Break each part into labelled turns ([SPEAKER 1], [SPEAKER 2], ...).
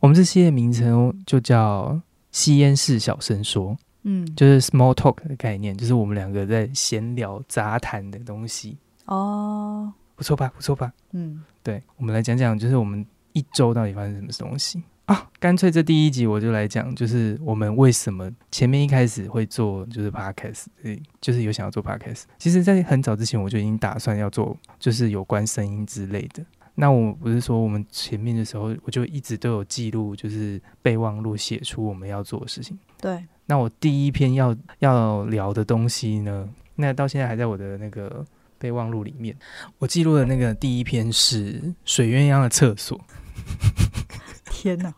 [SPEAKER 1] 我们这系列名称就叫吸烟室小声说，
[SPEAKER 2] 嗯，
[SPEAKER 1] 就是 small talk 的概念，就是我们两个在闲聊杂谈的东西，
[SPEAKER 2] 哦，
[SPEAKER 1] 不错吧？不错吧？
[SPEAKER 2] 嗯，
[SPEAKER 1] 对，我们来讲讲，就是我们一周到底发生什么东西啊？干脆这第一集我就来讲，就是我们为什么前面一开始会做就是 podcast，呃就是有想要做 podcast。其实，在很早之前我就已经打算要做，就是有关声音之类的。那我不是说我们前面的时候，我就一直都有记录，就是备忘录写出我们要做的事情。
[SPEAKER 2] 对，
[SPEAKER 1] 那我第一篇要要聊的东西呢，那到现在还在我的那个备忘录里面。我记录的那个第一篇是水鸳鸯的厕所，
[SPEAKER 2] 天哪，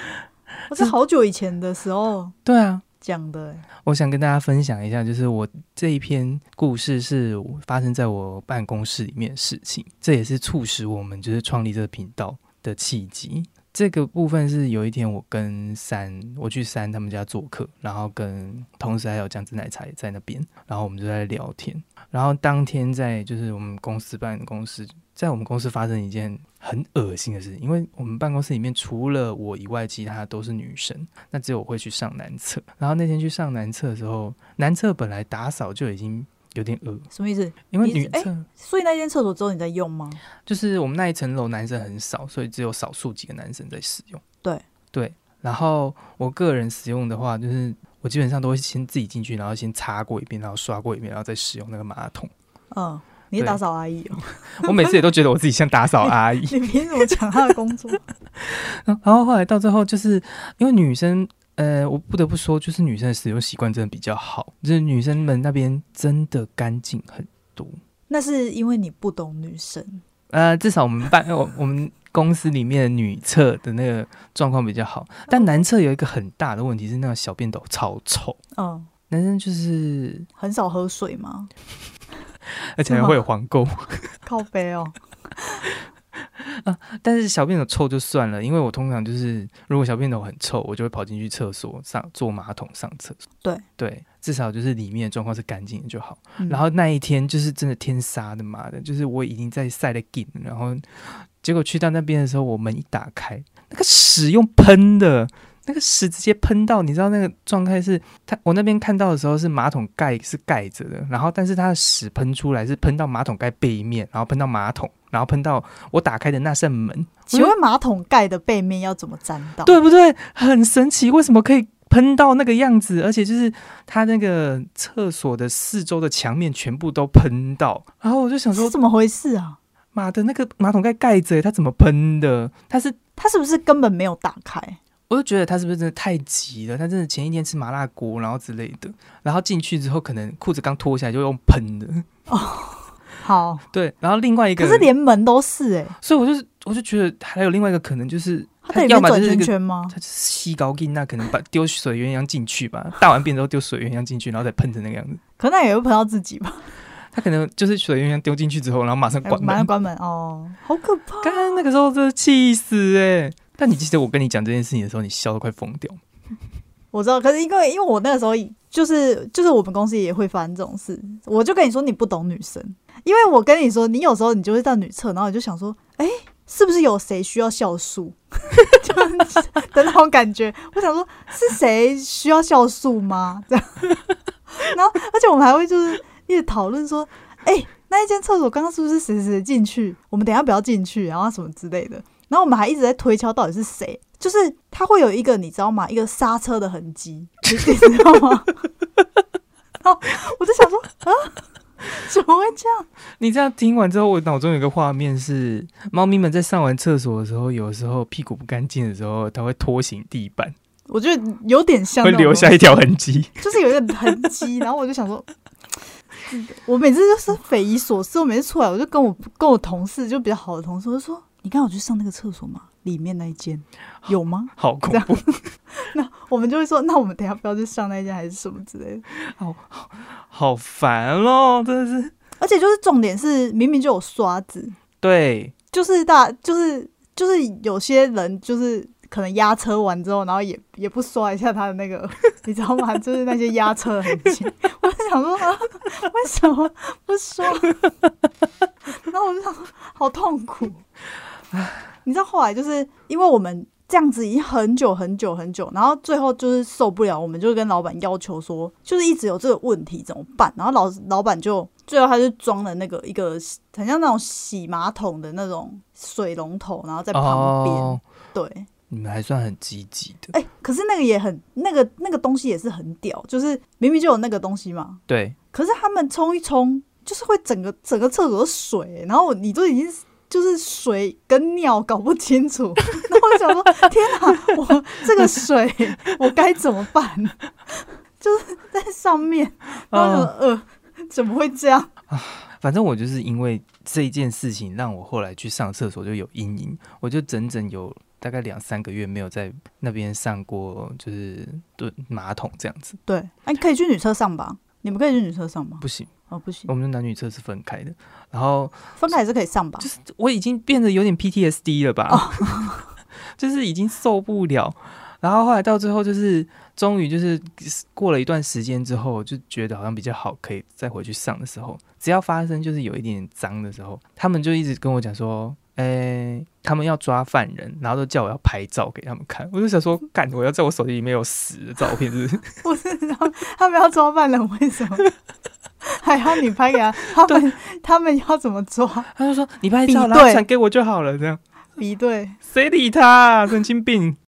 [SPEAKER 2] 我是好久以前的时候
[SPEAKER 1] 对啊，
[SPEAKER 2] 讲的欸，
[SPEAKER 1] 我想跟大家分享一下，就是我这一篇故事是发生在我办公室里面的事情，这也是促使我们就是创立这个频道的契机。这个部分是有一天我跟三，我去三他们家做客，然后跟同时还有姜汁奶茶也在那边，然后我们就在聊天。然后当天在就是我们公司办公室，在我们公司发生一件很恶心的事情，因为我们办公室里面除了我以外，其他都是女生。那只有我会去上男厕。 然后那天去上男厕的时候，男厕本来打扫就已经有点恶，
[SPEAKER 2] 什么意思？
[SPEAKER 1] 因为
[SPEAKER 2] 你
[SPEAKER 1] 女
[SPEAKER 2] 哎
[SPEAKER 1] 厕、
[SPEAKER 2] 所以那间厕所只有你在用吗？
[SPEAKER 1] 就是我们那一层楼男生很少，所以只有少数几个男生在使用。
[SPEAKER 2] 对
[SPEAKER 1] 对，然后我个人使用的话，就是我基本上都会先自己进去，然后先擦过一遍，然后刷过一遍，然后再使用那个马 桶。
[SPEAKER 2] 嗯，你是
[SPEAKER 1] 对
[SPEAKER 2] 打扫阿姨哦，
[SPEAKER 1] 我每次也都觉得我自己像打扫阿姨。
[SPEAKER 2] 你凭什么抢她的工作？
[SPEAKER 1] 然后后来到最后，就是因为女生，呃，我不得不说，就是女生的使用习惯真的比较好，就是女生们那边真的干净很多。
[SPEAKER 2] 那是因为你不懂女生，
[SPEAKER 1] 呃，至少我们办 我我们公司里面的女厕的那个状况比较好，但男厕有一个很大的问题是，那个小便斗超臭，
[SPEAKER 2] 嗯，
[SPEAKER 1] 男生就是
[SPEAKER 2] 很少喝水吗？
[SPEAKER 1] 而且还会有黄垢，
[SPEAKER 2] 靠背哦，
[SPEAKER 1] 但是小便斗臭就算了，因为我通常就是如果小便斗很臭，我就会跑进去厕所上坐马桶上厕所。
[SPEAKER 2] 对
[SPEAKER 1] 对，至少就是里面的状况是干净的就好。
[SPEAKER 2] 嗯
[SPEAKER 1] 然后那一天就是真的天杀的妈的，就是我已经在晒了劲，然后结果去到那边的时候，我门一打开，那个屎用喷的，那个屎直接喷到，你知道那个状态是，它我那边看到的时候是马桶盖是盖着的，然后但是它的屎喷出来是喷到马桶盖背面，然后喷到马桶，然后喷到我打开的那扇门，
[SPEAKER 2] 请问马桶盖的背面要怎么沾到？
[SPEAKER 1] 对不对？很神奇，为什么可以？喷到那个样子，而且就是它那个厕所的四周的墙面全部都喷到，然后我就想说
[SPEAKER 2] 是，怎么回事啊？
[SPEAKER 1] 妈的，那个马桶盖盖着耶，它怎么喷的？它是，
[SPEAKER 2] 他是不是根本没有打开？
[SPEAKER 1] 我就觉得它是不是真的太急了？它真的前一天吃麻辣锅，然后之类的，然后进去之后可能裤子刚脱下来就用喷的，
[SPEAKER 2] 好，
[SPEAKER 1] 对。然后另外一个
[SPEAKER 2] 可
[SPEAKER 1] 人，
[SPEAKER 2] 是连门都是哎、
[SPEAKER 1] 所以我就是我就觉得还有另外一个可能就是，
[SPEAKER 2] 他在里
[SPEAKER 1] 要
[SPEAKER 2] 面
[SPEAKER 1] 么就
[SPEAKER 2] 转
[SPEAKER 1] 是一
[SPEAKER 2] 圈
[SPEAKER 1] 个
[SPEAKER 2] 圈吗？
[SPEAKER 1] 它就是吸高进，那可能把丢水鸳鸯进去吧，大完便之后丢水鸳鸯进去，然后再喷成那个样子。
[SPEAKER 2] 可能也会碰到自己吧，
[SPEAKER 1] 它可能就是水鸳鸯丢进去之后，然后马上关
[SPEAKER 2] 呃马上
[SPEAKER 1] 门。
[SPEAKER 2] 关门哦，好可怕！
[SPEAKER 1] 刚那个时候真的气死哎、但你记得我跟你讲这件事情的时候，你笑得快疯掉。
[SPEAKER 2] 我知道，可是因为因为我那个时候就是就是我们公司也会发生这种事，我就跟你说你不懂女生，因为我跟你说你有时候你就会到女厕，然后你就想说，哎、是不是有谁需要酵素？ 就是的那种感觉，我想说是谁需要酵素吗？ 这样，然后而且我们还会就是一直讨论说，哎、那一间厕所刚刚是不是谁谁谁进去？我们等一下不要进去，然后什么之类的。然后我们还一直在推敲到底是谁，就是他会有一个你知道吗？一个刹车的痕迹，你 你知道吗？然后我就想说啊，怎么会这样？
[SPEAKER 1] 你这样听完之后，我脑中有个画面是，猫咪们在上完厕所的时候，有时候屁股不干净的时候，它会拖行地板，
[SPEAKER 2] 我觉得有点像
[SPEAKER 1] 会
[SPEAKER 2] 那种
[SPEAKER 1] 留下一条痕迹。
[SPEAKER 2] 就是有一个痕 迹，然后我就想说，我每次就是匪夷所思。我每次出来，我就跟我跟我同事，就比较好的同事，我就说：“你刚好去上那个厕所吗？里面那一间有吗
[SPEAKER 1] 好恐 怖，？”
[SPEAKER 2] 我们就会说：“那我们等一下不要去上那一间，还是什么之类的。
[SPEAKER 1] 好烦哦，真的是。”
[SPEAKER 2] 而且就是重点是，明明就有刷子，
[SPEAKER 1] 对，
[SPEAKER 2] 就是大就是就是有些人就是。可能压车完之后，然后也也不刷一下他的那个，你知道吗？ 就是那些压车的痕迹。我就想说，啊为什么不刷？然后我就想说，好痛苦。你知道后来就是因为我们这样子已经很久很久很久，然后最后就是受不了，我们就跟老板要求说，就是一直有这个问题怎么办？然后老老板就最后他就装了那个一个很像那种洗马桶的那种水龙头，然后在旁边，
[SPEAKER 1] 哦，
[SPEAKER 2] 对。
[SPEAKER 1] 你们还算很积极的，
[SPEAKER 2] 哎、可是那个也很，那个那个东西也是很屌，就是明明就有那个东西嘛，
[SPEAKER 1] 对，
[SPEAKER 2] 可是他们冲一冲，就是会整个整个厕所都水，然后你都已经就是水跟尿搞不清楚，然后我想说，天哪，我这个水我该怎么办？ 就是在上面，然后我想说呃，怎么会这样？
[SPEAKER 1] 反正我就是因为这一件事情，让我后来去上厕所就有阴影，我就整整有大概两三个月没有在那边上过，就是蹲马桶这样子，
[SPEAKER 2] 对，哎、你可以去女厕上吧，你们可以去女厕上吗？
[SPEAKER 1] 不行，
[SPEAKER 2] 哦，不行
[SPEAKER 1] 我，们的男女厕是分开的。然后
[SPEAKER 2] 分开也是可以上吧。
[SPEAKER 1] 我已经变得有点 PTSD 了吧， 就是已经受不了。然后后来到最后，就是终于就是过了一段时间之后，就觉得好像比较好，可以再回去上的时候，只要发生就是有一点脏的时候，他们就一直跟我讲说。诶、他们要抓犯人，然后都叫我要拍照给他们看。我就想说，干，我要在我手机里面有死的照片，是不是？
[SPEAKER 2] 不是， 然后他们要抓犯人， 为什么？还要你拍给他？他们他们要怎么抓？
[SPEAKER 1] 他就说你拍
[SPEAKER 2] 比
[SPEAKER 1] 照，然后
[SPEAKER 2] 对
[SPEAKER 1] 传给我就好了，这样
[SPEAKER 2] 比对。
[SPEAKER 1] 谁理他、啊？神经病！